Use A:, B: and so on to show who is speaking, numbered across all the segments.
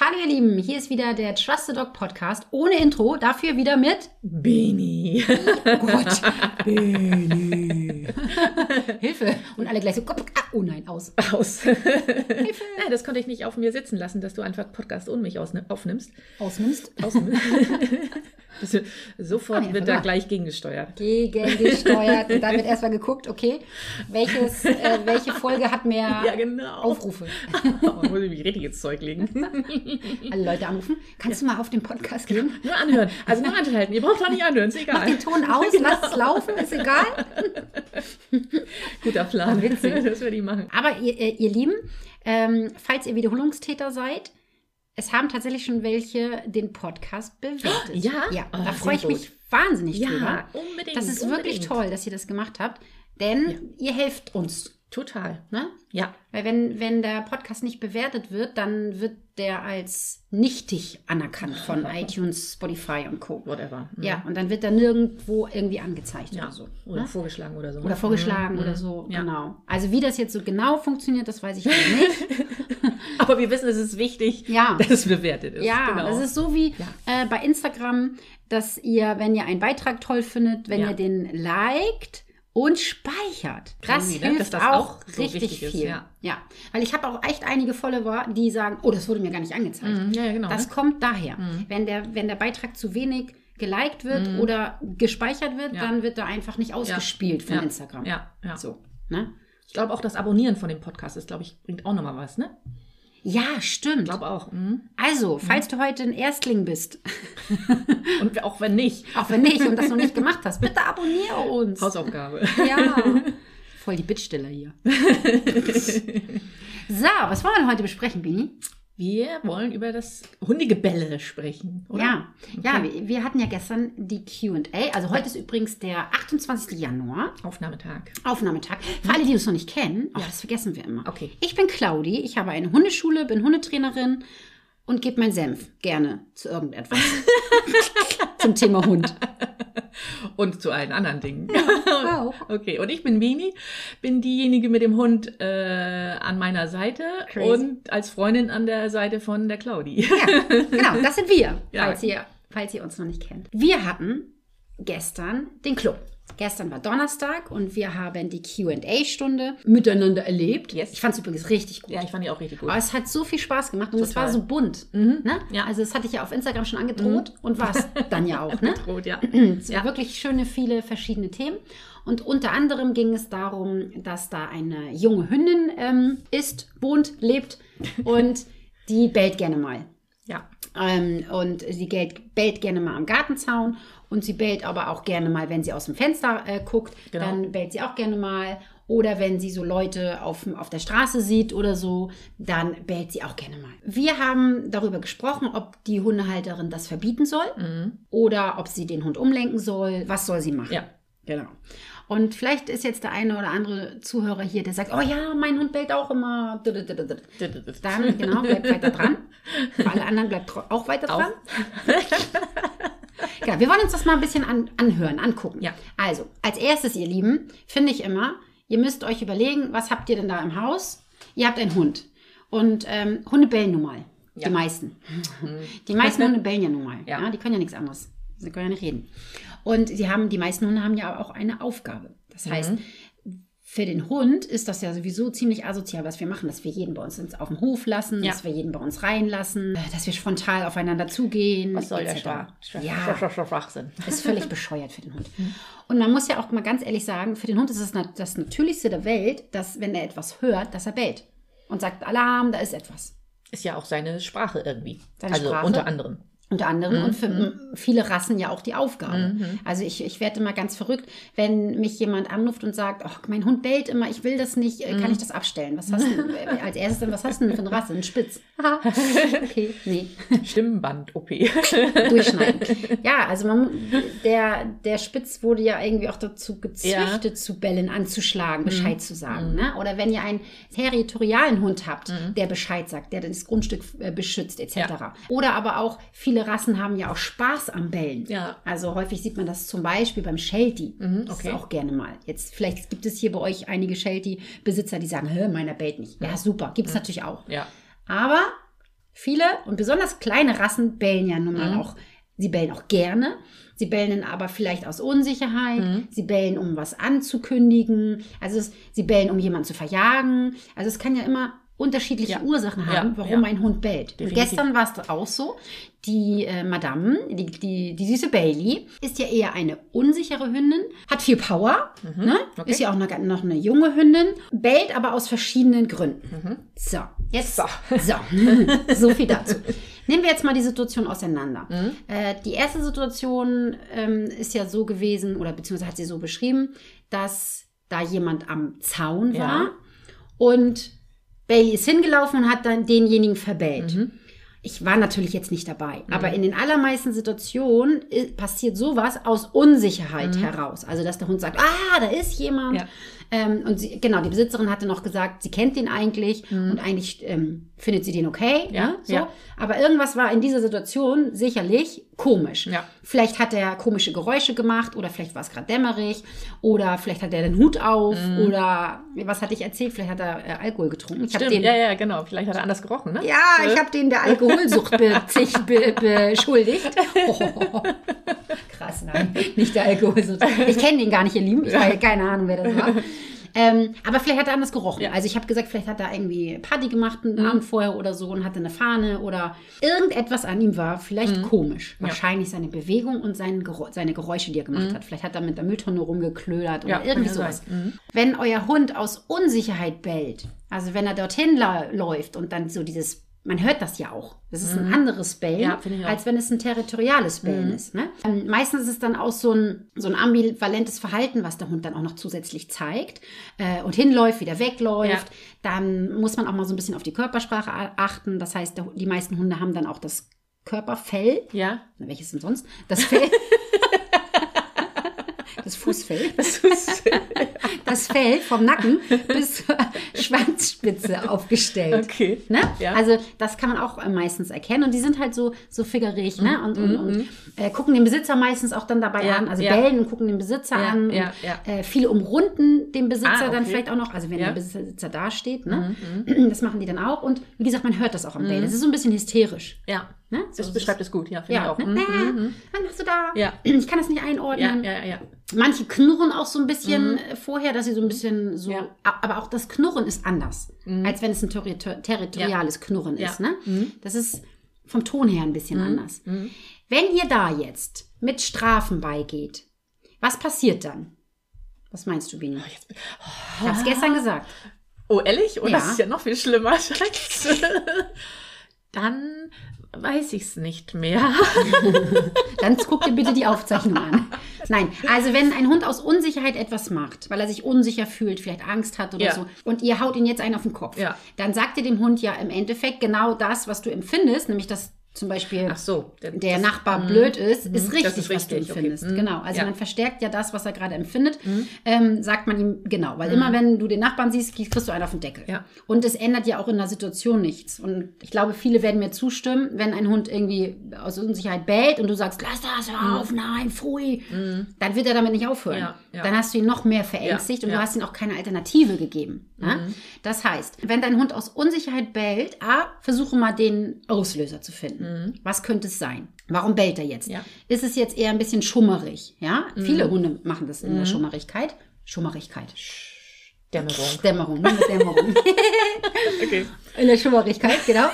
A: Hallo ihr Lieben, hier ist wieder der Trust the Dog Podcast ohne Intro, dafür wieder mit
B: Beni.
A: oh Gott, Beni. Hilfe und alle gleich so ah, oh nein, aus.
B: Aus. Nein, das konnte ich nicht auf mir sitzen lassen, dass du einfach Podcast ohne mich ausne- aufnimmst.
A: Ausnimmst
B: Ausnimmst. Das wird- Sofort
A: Ah, ja,
B: wird da
A: verdammt.
B: gleich gegengesteuert.
A: gegengesteuert und dann wird erstmal geguckt, okay, welches äh, welche Folge hat mehr
B: genau.
A: Aufrufe.
B: Oh, muss ich mich richtig ins Zeug legen.
A: Alle Leute anrufen, kannst du mal auf den Podcast gehen?
B: Nur anhören. Also nur anhalten. Ihr braucht doch nicht anhören, ist
A: Mach
B: egal.
A: den Ton aus, lass es laufen, ist egal.
B: Guter Plan.
A: Witzig.
B: Das würde ich machen.
A: Aber ihr, äh, ihr Lieben, ähm, falls ihr Wiederholungstäter seid, es haben tatsächlich schon welche den Podcast bewertet.
B: Ja?
A: Ja,
B: Oh,
A: da
B: sehr
A: freue ich
B: gut.
A: mich wahnsinnig drüber.
B: Ja, unbedingt.
A: Das ist wirklich
B: unbedingt.
A: toll, dass ihr das gemacht habt, denn ihr helft uns.
B: Total.
A: Ne?
B: Ja.
A: Weil wenn, wenn der Podcast nicht bewertet wird, dann wird der als nichtig anerkannt von iTunes, Spotify und Co.
B: Whatever. Mhm.
A: Ja, und dann wird er nirgendwo irgendwie angezeigt
B: Ja.
A: oder so.
B: Oder
A: ne?
B: vorgeschlagen oder so.
A: Oder vorgeschlagen
B: Mhm.
A: oder so,
B: Ja.
A: genau. Also wie das jetzt so genau funktioniert, das weiß ich noch nicht.
B: Aber wir wissen, es ist wichtig,
A: Ja.
B: dass es bewertet ist.
A: Ja,
B: genau.
A: das ist so wie
B: Ja.
A: äh, bei Instagram, dass ihr, wenn ihr einen Beitrag toll findet, wenn
B: Ja.
A: ihr den liked und speichert. Das
B: Irgendwie, ne?
A: hilft
B: Dass das
A: auch,
B: auch so
A: richtig
B: wichtig ist,
A: viel.
B: ja.
A: weil ich habe auch echt einige Follower, die sagen, oh, das wurde mir gar nicht angezeigt.
B: Mhm, ja, ja, genau. Mhm.
A: Das kommt daher. Wenn, der, wenn der Beitrag zu wenig geliked wird oder gespeichert wird,
B: Ja.
A: dann wird er einfach nicht ausgespielt von
B: ja.
A: Instagram.
B: Ja, ja.
A: So, ne?
B: Ich glaube auch das Abonnieren von dem Podcast ist, glaube ich, bringt auch nochmal was, ne?
A: Ja, stimmt.
B: Ich glaube auch. Mhm.
A: Also, falls du heute ein Erstling bist,
B: Und auch wenn nicht,
A: auch wenn nicht und das noch nicht gemacht hast, bitte abonniere uns.
B: Hausaufgabe.
A: Ja. Voll die Bittsteller hier. so, was wollen wir denn heute besprechen, Bini?
B: Wir wollen über das Hundegebelle sprechen, oder?
A: Ja, ja wir, wir hatten ja gestern die Q&A. Also heute ist übrigens der 28. Januar,
B: Aufnahmetag.
A: Aufnahmetag. Für alle, die uns noch nicht kennen, oh, das vergessen wir immer.
B: Hm? Okay.
A: Ich bin Claudi, ich habe eine Hundeschule, bin Hundetrainerin und gebe meinen Senf gerne zu irgendetwas. Zum Thema Hund.
B: Und zu allen anderen Dingen.
A: Wow.
B: Okay, und ich bin Bini, bin diejenige mit dem Hund äh, an meiner Seite
A: Crazy.
B: und als Freundin an der Seite von der Claudi.
A: Genau, das sind wir,
B: Ja.
A: falls, ihr, falls ihr uns noch nicht kennt. Wir hatten gestern den Club. Gestern war Donnerstag und wir haben die QA-Stunde miteinander erlebt.
B: Yes.
A: Ich fand es übrigens richtig gut.
B: Ja, ich fand die auch richtig gut.
A: Aber es hat so viel Spaß gemacht und es
B: Total. Mhm.
A: war so bunt. Ne?
B: Ja.
A: Also, das hatte ich ja auf Instagram schon angedroht und war es dann ja auch. Ne?
B: Rot, ja.
A: Es waren wirklich schöne, viele verschiedene Themen. Und unter anderem ging es darum, dass da eine junge Hündin ähm, ist, wohnt, lebt und die bellt gerne mal.
B: ja.
A: Ähm, und sie bellt, bellt gerne mal am Gartenzaun und sie bellt aber auch gerne mal, wenn sie aus dem Fenster äh, guckt,
B: Genau.
A: dann bellt sie auch gerne mal. Oder wenn sie so Leute auf, auf der Straße sieht oder so, dann bellt sie auch gerne mal. Wir haben darüber gesprochen, ob die Hundehalterin das verbieten soll oder ob sie den Hund umlenken soll. Was soll sie machen?
B: Mhm. Ja.
A: Genau. Und vielleicht ist jetzt der eine oder andere Zuhörer hier, der sagt, oh ja, mein Hund bellt auch immer. Dann, genau, bleibt weiter dran. Für alle anderen bleibt tro- auch weiter
B: Auch.
A: dran. genau, wir wollen uns das mal ein bisschen an, anhören, angucken.
B: Ja.
A: Also, als erstes, ihr Lieben, finde ich immer, ihr müsst euch überlegen, was habt ihr denn da im Haus? Ihr habt einen Hund. Und ähm, Hunde bellen nun mal.
B: Ja.
A: Die
B: Mhm.
A: meisten. Die meisten Hunde bellen ja nun mal. Ja.
B: Ja.
A: die können ja nichts anderes. Sie können ja nicht reden. Und sie haben, die meisten Hunde haben ja auch eine Aufgabe. Das heißt,
B: Mhm.
A: für den Hund ist das ja sowieso ziemlich asozial, was wir machen, dass wir jeden bei uns ins- auf dem Hof lassen,
B: Ja.
A: dass wir jeden bei uns reinlassen, äh, dass wir frontal aufeinander zugehen.
B: Was soll der
A: etc.
B: Schwach?
A: Ja,
B: Schwachsinn.
A: ist völlig bescheuert für den Hund. Und man muss ja auch mal ganz ehrlich sagen, für den Hund ist es nat- das Natürlichste der Welt, dass wenn er etwas hört, dass er bellt und sagt, Alarm, da ist etwas.
B: Ist ja auch seine Sprache irgendwie.
A: Seine
B: also
A: Sprache.
B: unter anderem.
A: Unter anderem und für m- viele Rassen ja auch die Aufgabe. Also ich, ich werde immer ganz verrückt, wenn mich jemand anruft und sagt, ach, mein Hund bellt immer, ich will das nicht, äh, kann ich das abstellen? Was hast du äh, als erstes denn, was hast du denn für eine Rasse? Ein Spitz. Haha. okay, nee,
B: Stimmband-OP.
A: durchschneiden. Ja, also man, mu- der, der Spitz wurde ja irgendwie auch dazu gezüchtet zu bellen,
B: Mhm.
A: anzuschlagen, Bescheid zu sagen. Ne? Oder wenn ihr einen territorialen Hund habt, der Bescheid sagt, der das Grundstück äh, beschützt etc.
B: Mhm. Ja.
A: Oder aber auch viele Rassen haben ja auch Spaß am Bellen.
B: Ja. Mhm,
A: Also häufig sieht man das zum Beispiel beim Sheltie. Das ist
B: okay.
A: auch gerne mal. Jetzt vielleicht gibt es hier bei euch einige Sheltie-Besitzer, die sagen, Hä, meiner bellt nicht. Ja, super, gibt es natürlich auch.
B: ja.
A: Aber Viele und besonders kleine Rassen bellen ja nun mal
B: Mhm.
A: auch. Sie bellen auch gerne. Sie bellen dann aber vielleicht aus Unsicherheit.
B: Mhm.
A: Sie bellen, um was anzukündigen. Also es, sie bellen, um jemanden zu verjagen. Also es kann ja immer unterschiedliche
B: Ja.
A: Ursachen haben,
B: Ja,
A: warum
B: ja.
A: ein Hund bellt. Und
B: Definitiv.
A: gestern war es auch so. Die äh, Madame, die, die, die süße Bailey, ist ja eher eine unsichere Hündin, hat viel Power, ne?
B: Mhm. okay.
A: ist ja auch noch, noch eine junge Hündin, bellt aber aus verschiedenen Gründen. So, jetzt so. So. viel dazu. Nehmen wir jetzt mal die Situation auseinander. Äh, die erste Situation ähm, ist ja so gewesen, oder beziehungsweise hat sie so beschrieben, dass da jemand am Zaun
B: Ja.
A: war und Bailey ist hingelaufen und hat dann denjenigen verbellt. Ich war natürlich jetzt nicht
B: Mhm.
A: dabei, aber in den allermeisten Situationen i- passiert sowas aus Unsicherheit heraus. Also, dass der Hund sagt, ah, da ist jemand.
B: Mhm. Ja.
A: Ähm, und sie, genau, die Besitzerin hatte noch gesagt, sie kennt den eigentlich und eigentlich ähm, findet sie den okay.
B: Mhm. Ja,
A: ne, so.
B: ja.
A: Aber irgendwas war in dieser Situation sicherlich komisch.
B: Ja.
A: Vielleicht hat er komische Geräusche gemacht oder vielleicht war es gerade dämmerig oder vielleicht hat er den Hut auf
B: Mhm.
A: oder was hatte ich erzählt? Vielleicht hat er äh, Alkohol getrunken. Ich habe den
B: Stimmt, ja, ja, genau. Vielleicht hat er anders gerochen, ne?
A: ja, ich habe den der Alkoholsucht be sich be beschuldigt. Oh, krass, nein, nicht der Alkoholsucht. Ich kenne den gar nicht, ihr Lieben. Ich habe keine Ahnung, wer das war. Ähm, aber vielleicht hat er anders gerochen.
B: Ja. Mhm.
A: Also ich habe gesagt, vielleicht hat er irgendwie Party gemacht einen Abend vorher oder so und hatte eine Fahne oder irgendetwas an ihm war vielleicht
B: Mhm.
A: komisch. Wahrscheinlich seine Bewegung und sein Gero- seine Geräusche, die er gemacht hat. Vielleicht hat er mit der Mülltonne rumgeklödert oder
B: Mhm. Ja,
A: irgendwie
B: kann ja
A: sowas.
B: sein.
A: Wenn euer Hund aus Unsicherheit bellt, also wenn er dorthin la- läuft und dann so dieses, man hört das ja auch. Das ist ein anderes Bellen,
B: Mhm. Ja, finde ich auch. Mhm.
A: als wenn es ein territoriales Bellen ist. Ne? Ähm, meistens ist es dann auch so ein, so ein ambivalentes Verhalten, was der Hund dann auch noch zusätzlich zeigt äh, und hinläuft, wieder wegläuft.
B: Ja.
A: Dann muss man auch mal so ein bisschen auf die Körpersprache a- achten. Das heißt, der, die meisten Hunde haben dann auch das Körperfell
B: Ja.
A: na, welches denn sonst? Das Fell. Das Fußfell. Das, Fell vom Nacken bis zur Schwanzspitze aufgestellt.
B: Okay.
A: Ne?
B: Ja.
A: Also das kann man auch äh, meistens erkennen. Und die sind halt so, so figgerig ne? und, und, und äh, gucken den Besitzer meistens auch dann dabei
B: Mhm. Ja,
A: an. Also
B: ja.
A: bellen und gucken den Besitzer
B: Ja,
A: an.
B: ja,
A: und,
B: ja.
A: Äh, viele umrunden den Besitzer
B: Ah,
A: dann
B: okay.
A: vielleicht auch noch. Also wenn
B: Ja. Mhm,
A: der Besitzer dasteht. Ne? Das machen die dann auch. Und wie gesagt, man hört das auch am Bellen. Das ist so ein bisschen hysterisch.
B: Ja.
A: Ne? So
B: Mhm. Das
A: ist es.
B: beschreibt es gut, ja, finde ich
A: Ja,
B: auch.
A: ne?
B: Mhm.
A: Äh, was machst du da?
B: Ja.
A: Ich kann das nicht
B: Ja,
A: einordnen.
B: ja, ja, ja.
A: Manche knurren auch so ein bisschen äh, vorher, dass sie so ein bisschen so.
B: Mhm. Ja. Mhm.
A: a- Aber auch das Knurren ist anders, als wenn es ein terri- ter- territoriales Knurren
B: Ja. Mhm.
A: ist. Ne? Das ist vom Ton her ein bisschen anders. Wenn ihr da jetzt mit Strafen beigeht, was passiert dann? Was meinst du, Bini?
B: Oh, Jetzt-
A: Ich habe es gestern gesagt.
B: Oh, ehrlich? Oh, das
A: Ja.
B: ist ja noch viel schlimmer. Scheiße. Dann weiß ich es nicht mehr.
A: Dann guck dir bitte die Aufzeichnung an. Nein, also wenn ein Hund aus Unsicherheit etwas macht, weil er sich unsicher fühlt, vielleicht Angst hat oder
B: Ja.
A: so, und ihr haut ihn jetzt einen auf den Kopf,
B: Ja.
A: dann sagt ihr dem Hund ja im Endeffekt genau das, was du empfindest, nämlich dass zum Beispiel
B: Ach so. Der,
A: der
B: das-
A: Nachbar blöd ist,
B: Mhm,
A: ist richtig,
B: das ist
A: was du
B: richtig, okay.
A: empfindest.
B: Mhm.
A: Genau. Also
B: Ja.
A: man verstärkt ja das, was er gerade empfindet,
B: Mhm.
A: ähm, sagt man ihm genau. Weil immer wenn du den Nachbarn siehst, kriegst kriegst du einen auf den Deckel.
B: Ja.
A: Und es ändert ja auch in der Situation nichts. Und ich glaube, viele werden mir zustimmen, wenn ein Hund irgendwie aus Unsicherheit bellt und du sagst, lass das, hör auf, nein, pfui, dann wird er damit nicht aufhören.
B: Mhm. Ja, ja.
A: Dann hast du ihn noch mehr verängstigt
B: Ja,
A: und
B: ja.
A: du hast ihm auch keine Alternative gegeben. Ja? Das heißt, wenn dein Hund aus Unsicherheit bellt, A, versuche mal den Auslöser zu finden. Was könnte es sein? Warum bellt er jetzt?
B: Ja.
A: Ist es jetzt eher ein bisschen schummerig? Ja, viele Hunde machen das in der Schummerigkeit. Schummerigkeit.
B: Dämmerung.
A: Dämmerung, ne? Mit Dämmerung.
B: Okay.
A: In der Schummerigkeit, genau.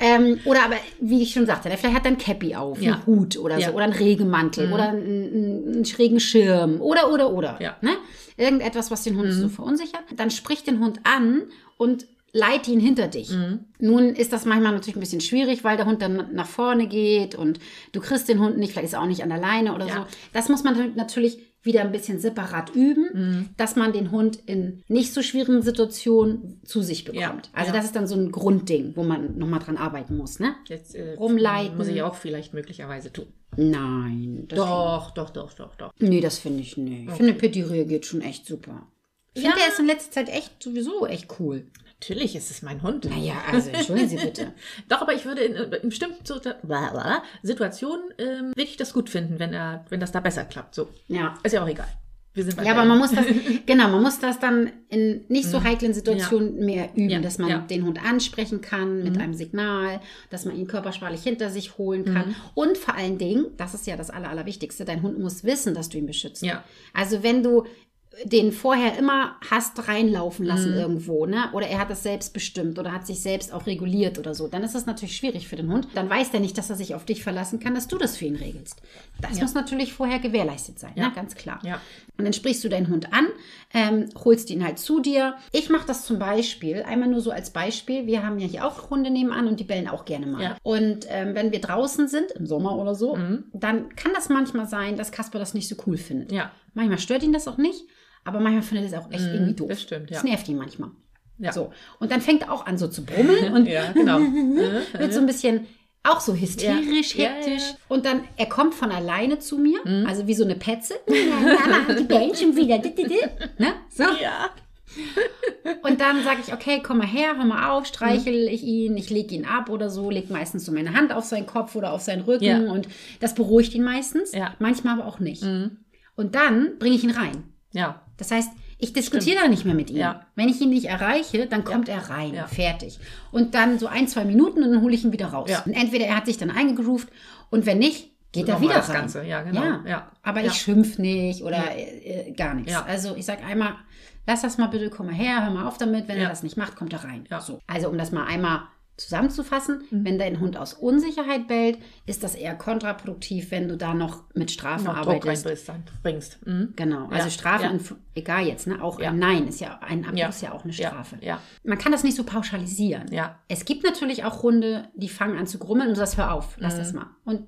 A: ähm, oder aber, wie ich schon sagte, ne, vielleicht hat er ein Cappy auf,
B: Ja.
A: einen Hut oder
B: Ja. Mhm.
A: so, oder einen Regenmantel oder einen, einen, einen schrägen Schirm oder, oder, oder.
B: Ja. Mhm.
A: Ne? Irgendetwas, was den Hund so verunsichert. Dann sprich den Hund an und leite ihn hinter dich.
B: Mhm.
A: Nun ist das manchmal natürlich ein bisschen schwierig, weil der Hund dann nach vorne geht und du kriegst den Hund nicht, vielleicht ist er auch nicht an der Leine oder
B: Ja.
A: so. Das muss man natürlich wieder ein bisschen separat üben,
B: Mhm.
A: dass man den Hund in nicht so schwierigen Situationen zu sich bekommt.
B: Ja,
A: Also
B: ja.
A: das ist dann so ein Grundding, wo man nochmal dran arbeiten muss, ne?
B: Jetzt äh,
A: Rumleiten.
B: muss ich auch vielleicht möglicherweise tun.
A: Nein, das
B: Doch, doch, doch, doch, doch.
A: Nee, das finde ich nicht. Ich finde, Pitti reagiert schon echt super. Ich
B: Ja.
A: finde, er ist in letzter Zeit echt sowieso echt cool.
B: Natürlich ist es mein Hund.
A: Naja, also entschuldigen Sie bitte.
B: Doch, aber ich würde in, äh, in bestimmten Situ- bla, bla, bla, Situationen ähm, würde ich das gut finden, wenn er, wenn das da besser klappt. So.
A: Ja.
B: Ist ja auch egal. Wir sind bei
A: Ja, aber
B: Bällen.
A: man muss das, genau, man muss das dann in nicht so heiklen Situationen mehr üben,
B: Mhm. Ja,
A: dass man
B: ja. Mhm.
A: den Hund ansprechen kann mit einem Signal, dass man ihn körpersprachlich hinter sich holen
B: Mhm.
A: kann. Und vor allen Dingen, das ist ja das Aller, Allerwichtigste, dein Hund muss wissen, dass du ihn beschützt.
B: Ja.
A: Also wenn du den vorher immer hast reinlaufen lassen
B: Mhm.
A: irgendwo, ne? Oder er hat das selbst bestimmt oder hat sich selbst auch reguliert oder so, dann ist das natürlich schwierig für den Hund. Dann weiß der nicht, dass er sich auf dich verlassen kann, dass du das für ihn regelst. Das muss natürlich vorher gewährleistet sein,
B: Ja.
A: ne? ganz klar.
B: Ja.
A: Und dann sprichst du deinen Hund an, ähm, holst ihn halt zu dir. Ich mache das zum Beispiel, einmal nur so als Beispiel. Wir haben ja hier auch Hunde nebenan und die bellen auch gerne mal.
B: Ja. Mhm.
A: Und ähm, wenn wir draußen sind, im Sommer oder so, dann kann das manchmal sein, dass Kasper das nicht so cool findet.
B: Ja. Mhm,
A: Manchmal stört ihn das auch nicht, aber manchmal findet er es auch echt irgendwie doof.
B: das stimmt, ja.
A: Das nervt ihn manchmal.
B: Ja.
A: So. Und dann fängt er auch an so zu brummeln und
B: ja, genau.
A: Hm? wird so ein bisschen auch so hysterisch,
B: Ja. Ja,
A: hektisch.
B: ja. Hm?
A: Und dann, er kommt von alleine zu mir, also wie so eine Petze. Mama, die bellen schon wieder. ne? So.
B: ja.
A: Und dann sage ich, okay, komm mal her, hör mal auf, streichel
B: Hm.
A: ich ihn, ich lege ihn ab oder so, lege meistens so meine Hand auf seinen Kopf oder auf seinen Rücken
B: Ja.
A: und das beruhigt ihn meistens,
B: Ja. Hm.
A: manchmal aber auch nicht. Und dann bringe ich ihn rein.
B: Ja.
A: Das heißt, ich diskutiere da nicht mehr mit ihm.
B: Ja.
A: Wenn ich ihn nicht erreiche, dann kommt er rein,
B: Ja.
A: fertig. Und dann so ein, zwei Minuten und dann hole ich ihn wieder raus.
B: Ja.
A: Und entweder er hat sich dann eingegroovt und wenn nicht, geht er
B: Nochmal
A: wieder
B: das
A: rein.
B: Ganze, ja, genau. Ja.
A: Aber
B: Ja.
A: ich schimpf nicht oder äh, äh, gar nichts.
B: Ja.
A: Also ich sag einmal, lass das mal bitte, komm mal her, hör mal auf damit. Wenn
B: Ja.
A: er das nicht macht, kommt er rein.
B: Ja. Mhm.
A: So. Also um das mal einmal zusammenzufassen, wenn dein Hund aus Unsicherheit bellt, ist das eher kontraproduktiv, wenn du da noch mit Strafen
B: Noch Druck
A: arbeitest.
B: reinbringst. bringst. Mhm.
A: Genau,
B: Ja,
A: also Strafe,
B: ja.
A: in, egal jetzt, ne? auch
B: Ja.
A: ein Nein ist ja, ein Abbruch
B: Ja.
A: ist ja auch eine
B: Ja,
A: Strafe.
B: ja.
A: Man kann das nicht so pauschalisieren.
B: Ja.
A: Es gibt natürlich auch Hunde, die fangen an zu grummeln und du sagst, hör auf, lass
B: Mhm.
A: das mal. Und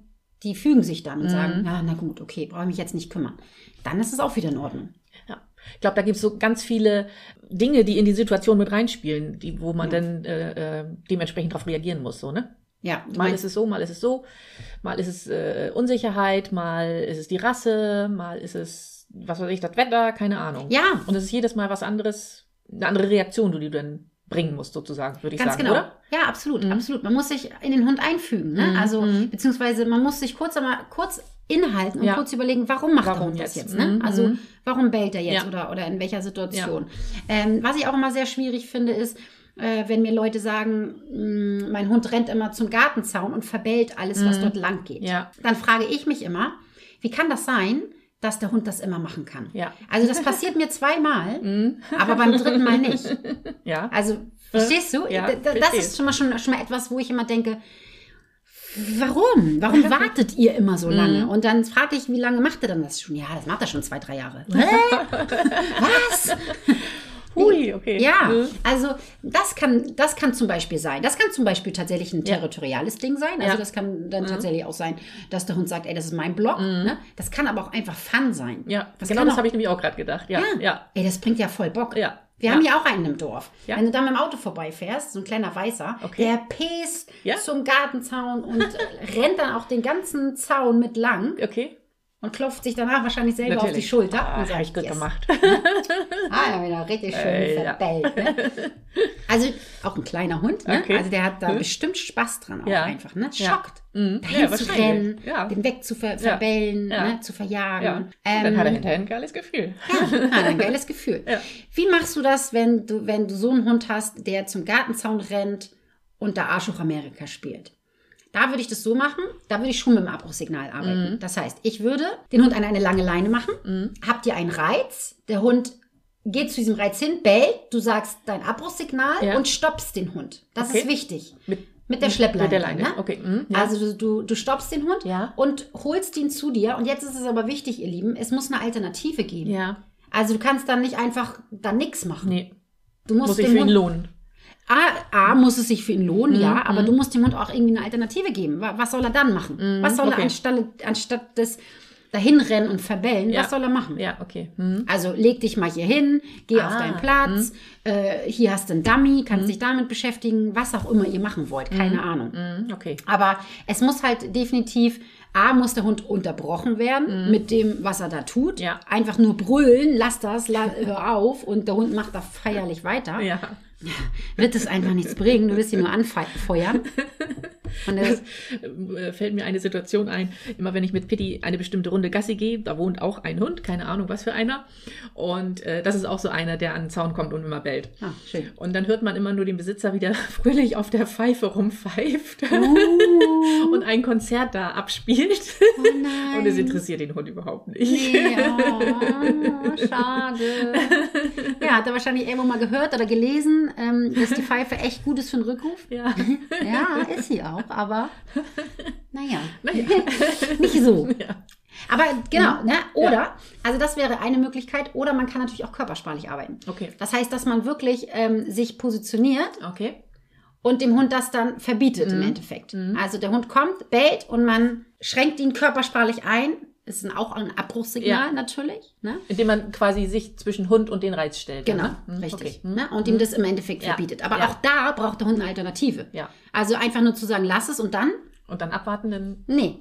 A: die fügen sich dann und sagen, na, na gut, okay, brauche ich mich jetzt nicht kümmern. Dann ist es auch wieder in Ordnung.
B: Ja. Ich glaube, da gibt's so ganz viele Dinge, die in die Situation mit reinspielen, die, wo man
A: Ja.
B: dann äh, äh, dementsprechend darauf reagieren muss, so, ne?
A: Ja, du
B: Mal
A: meinst-
B: ist es so, mal ist es so, mal ist es äh, Unsicherheit, mal ist es die Rasse, mal ist es, was weiß ich, das Wetter, keine Ahnung.
A: ja,
B: Und es ist jedes Mal was anderes, eine andere Reaktion, die du dann bringen musst, sozusagen, würde ich
A: ganz
B: sagen,
A: genau.
B: oder?
A: Ja, absolut,
B: Mhm.
A: absolut. Man muss sich in den Hund einfügen. Ne?
B: Mhm.
A: Also,
B: Mhm.
A: beziehungsweise man muss sich kurz einmal kurz inhalten und
B: Ja.
A: kurz überlegen, warum macht
B: Warum
A: der Hund das
B: jetzt?
A: jetzt? Ne?
B: Mhm.
A: Also, warum bellt er jetzt
B: Ja.
A: oder, oder in welcher Situation? Ähm, was ich auch immer sehr schwierig finde, ist, äh, wenn mir Leute sagen, "Mh, mein Hund rennt immer zum Gartenzaun und verbellt alles, was
B: Mhm.
A: dort lang geht.
B: Ja.
A: Dann frage ich mich immer, wie kann das sein, dass der Hund das immer machen kann?
B: Ja.
A: Also, das passiert mir zweimal,
B: Mhm.
A: aber beim dritten Mal nicht.
B: Ja.
A: Also, verstehst du?
B: Ja,
A: D- d- das
B: verstehe.
A: ist schon mal, schon, schon mal etwas, wo ich immer denke, warum? Warum wartet ihr immer so lange?
B: Mhm.
A: Und dann frage ich, wie lange macht er denn das schon? Ja, das macht er schon zwei, drei Jahre. Hä? Was?
B: Hui, okay.
A: Ja,
B: Mhm.
A: also das kann, das kann zum Beispiel sein. Das kann zum Beispiel tatsächlich ein
B: Ja.
A: territoriales Ding sein. Also
B: Ja. Mhm.
A: das kann dann tatsächlich auch sein, dass der Hund sagt, ey, das ist mein Block. Ne? Das kann aber auch einfach Fun sein.
B: Ja,
A: das
B: genau
A: kann
B: das
A: auch-
B: habe ich nämlich auch gerade gedacht. Ja,
A: ja.
B: ja,
A: Ey, das bringt ja voll Bock.
B: Ja.
A: Wir
B: Ja.
A: haben ja auch einen im Dorf.
B: Ja.
A: Wenn du da mit dem Auto vorbeifährst, so ein kleiner Weißer,
B: Okay.
A: der pisst
B: Ja.
A: zum Gartenzaun und äh, rennt dann auch den ganzen Zaun mit lang
B: okay.
A: und klopft sich danach wahrscheinlich selber auf die
B: Natürlich.
A: Schulter.
B: Ah,
A: und sagt,
B: habe ich gut
A: yes.
B: gemacht.
A: Ah, ja, wieder richtig schön
B: Äh, ja.
A: verbellt. Ne? Also auch ein kleiner Hund, ne?
B: Okay.
A: also der hat da
B: Hm.
A: bestimmt Spaß dran auch
B: Ja.
A: einfach. Ne?
B: Ja.
A: Schockt.
B: Mhm.
A: Dahin
B: Ja,
A: zu
B: wahrscheinlich.
A: rennen,
B: Ja.
A: den weg zu ver verbellen,
B: Ja.
A: Ne? zu verjagen.
B: Ja. dann hat er hinterher ein geiles Gefühl.
A: Ähm. Ja, hat Ah, ein geiles Gefühl.
B: Ja.
A: Wie machst du das, wenn du, wenn du so einen Hund hast, der zum Gartenzaun rennt und da Arsch hoch Amerika spielt? Da würde ich das so machen, da würde ich schon mit dem Abbruchssignal arbeiten.
B: Mhm.
A: Das heißt, ich würde den Hund an eine lange Leine machen, habt ihr einen Reiz, der Hund geht zu diesem Reiz hin, bellt, du sagst dein Abbruchssignal
B: Ja.
A: und stoppst den Hund. Das
B: Okay.
A: ist wichtig.
B: Mit,
A: Mit der Schleppleine.
B: Mit der Leine.
A: Ne?
B: Okay. Mhm. Ja.
A: Also du, du, du stoppst den Hund
B: Ja.
A: und holst ihn zu dir. Und jetzt ist es aber wichtig, ihr Lieben, es muss eine Alternative geben.
B: ja.
A: Also du kannst dann nicht einfach dann nichts machen.
B: Nee.
A: Du musst
B: Muss ich
A: dem
B: für ihn Mhm,
A: Hund,
B: lohnen.
A: A, A muss es sich für ihn lohnen, ja, aber du musst dem Hund auch irgendwie eine Alternative geben. Wa- Was soll er dann machen? was soll
B: Mhm, okay.
A: er anstatt, anstatt des dahinrennen und verbellen,
B: Ja.
A: was soll er machen?
B: Ja, okay. Mhm.
A: Also leg dich mal hier hin, geh auf
B: Ah, mhm.
A: deinen Platz, äh, hier hast du einen Dummy, kannst dich damit beschäftigen, was auch immer ihr machen wollt, keine Ahnung.
B: Mhm. Okay.
A: Aber es muss halt definitiv, A, muss der Hund unterbrochen werden mit dem, was er da tut.
B: Mhm. Ja.
A: Einfach nur brüllen, lass das, la, hör auf und der Hund macht da feierlich weiter.
B: Ja.
A: wird es einfach nichts bringen, du wirst ihn nur anfeuern.
B: Und das äh, fällt mir eine Situation ein, immer wenn ich mit Pitti eine bestimmte Runde Gassi gehe, da wohnt auch ein Hund, keine Ahnung was für einer. Und äh, das ist auch so einer, der an den Zaun kommt und immer bellt.
A: Ah, schön.
B: Und dann hört man immer nur den Besitzer wieder fröhlich auf der Pfeife rumpfeift
A: Mhm. Uh.
B: und ein Konzert da abspielt.
A: Oh nein.
B: Und es interessiert den Hund überhaupt nicht.
A: Nee, oh, schade. Ja, hat er wahrscheinlich irgendwo mal gehört oder gelesen, ähm, dass die Pfeife echt gut ist für einen Rückruf.
B: Ja.
A: Mhm. Ja, ist sie auch, aber naja,
B: Naja.
A: nicht so.
B: ja. Hm?
A: Aber genau, ne? oder, also das wäre eine Möglichkeit, oder man kann natürlich auch körpersprachlich arbeiten.
B: Okay.
A: Das heißt, dass man wirklich ähm, sich positioniert
B: Okay.
A: und dem Hund das dann verbietet
B: Hm.
A: im Endeffekt. Also der Hund kommt, bellt und man schränkt ihn körpersprachlich ein. Ist dann auch ein Abbruchssignal
B: Ja.
A: natürlich. Ne?
B: Indem man quasi sich zwischen Hund und den Reiz stellt.
A: Genau,
B: ne? Hm,
A: richtig.
B: Okay. Hm.
A: Ne? Und ihm das im Endeffekt
B: Ja.
A: verbietet. Aber
B: Ja.
A: auch da braucht der Hund eine Alternative.
B: Ja.
A: Also einfach nur zu sagen, lass es und dann?
B: Und dann abwarten, dann
A: Nee.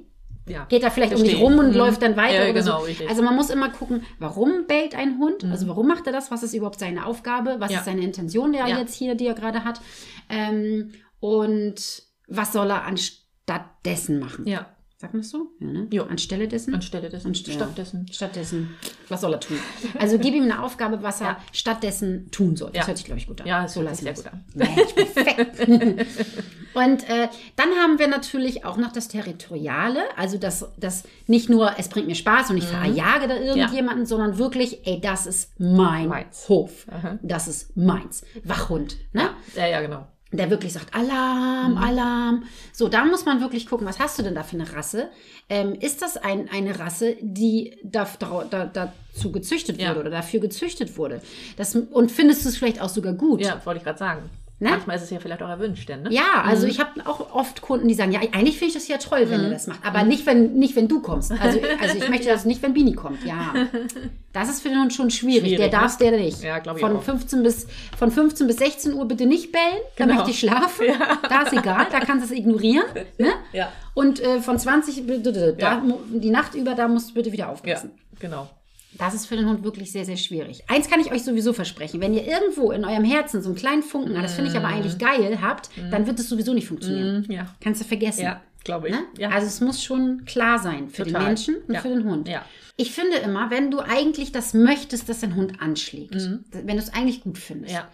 B: ja.
A: Geht er vielleicht um dich
B: Verstehe.
A: rum und
B: Mhm.
A: läuft dann weiter
B: Ja,
A: oder
B: genau,
A: so.
B: richtig. Mhm.
A: Also man muss immer gucken, warum bellt ein Hund? Also warum macht er das? Was ist überhaupt seine Aufgabe? Was
B: Ja.
A: ist seine Intention, der
B: Ja.
A: jetzt hier, die er gerade hat? Ähm, und was soll er anstatt dessen machen?
B: Ja.
A: Sagt man das so? Ja, ne?
B: Jo.
A: Anstelle dessen?
B: Anstelle dessen.
A: Anst- ja.
B: Stattdessen.
A: stattdessen, was soll er tun? Also gib ihm eine Aufgabe, was er
B: Ja.
A: stattdessen tun soll. Das
B: Ja.
A: hört sich, glaube ich, gut an.
B: Ja, das hört
A: lassen
B: sich
A: wir's.
B: sehr gut an.
A: Mensch, perfekt. Und äh, dann haben wir natürlich auch noch das Territoriale, also das, das nicht nur, es bringt mir Spaß und
B: Mhm.
A: ich verjage da irgendjemanden, sondern wirklich, ey, das ist mein
B: Meins.
A: Hof.
B: Aha.
A: Das ist meins. Wachhund. Ne?
B: Ja, ja, genau.
A: der wirklich sagt,
B: Mhm.
A: Alarm, Alarm. So, da muss man wirklich gucken, was hast du denn da für eine Rasse? Ähm, ist das ein, eine Rasse, die da, da, da, dazu gezüchtet
B: Ja.
A: wurde oder dafür gezüchtet wurde? Das, und findest du es vielleicht auch sogar gut?
B: Ja, wollte ich gerade sagen.
A: Ne?
B: Manchmal ist es ja vielleicht auch erwünscht, denn, ne?
A: Ja, also ich habe auch oft Kunden, die sagen, ja, eigentlich finde ich das ja toll, wenn
B: Mhm.
A: ihr das macht, aber nicht, wenn, nicht, wenn du kommst. Also, also ich möchte das nicht, wenn Bini kommt. Ja, das ist für den Hund schon schwierig.
B: Schwierig,
A: der
B: ne?
A: darf's, der nicht.
B: Ja, glaub ich
A: von
B: auch.
A: 15 bis Von 15 bis 16 Uhr bitte nicht bellen, da
B: Genau.
A: möchte ich schlafen. Da ist egal, da kannst du es ignorieren. Ne?
B: Ja.
A: Und äh, von 20, Uhr, da,
B: Ja.
A: mu- die Nacht über, da musst du bitte wieder
B: Ja,
A: aufpassen.
B: genau.
A: Das ist für den Hund wirklich sehr, sehr schwierig. Eins kann ich euch sowieso versprechen. Wenn ihr irgendwo in eurem Herzen so einen kleinen Funken, ah, das finde ich
B: Mhm.
A: aber eigentlich geil, habt, dann wird es sowieso nicht funktionieren.
B: Hm, Ja,
A: Kannst du vergessen.
B: ja glaube ich.
A: Ne?
B: Ja.
A: Also es muss schon klar sein für den
B: Total.
A: Menschen und
B: Ja.
A: für den Hund.
B: Ja.
A: Ich finde immer, wenn du eigentlich das möchtest, dass dein Hund anschlägt, wenn du es eigentlich gut findest,
B: Mhm. Ja.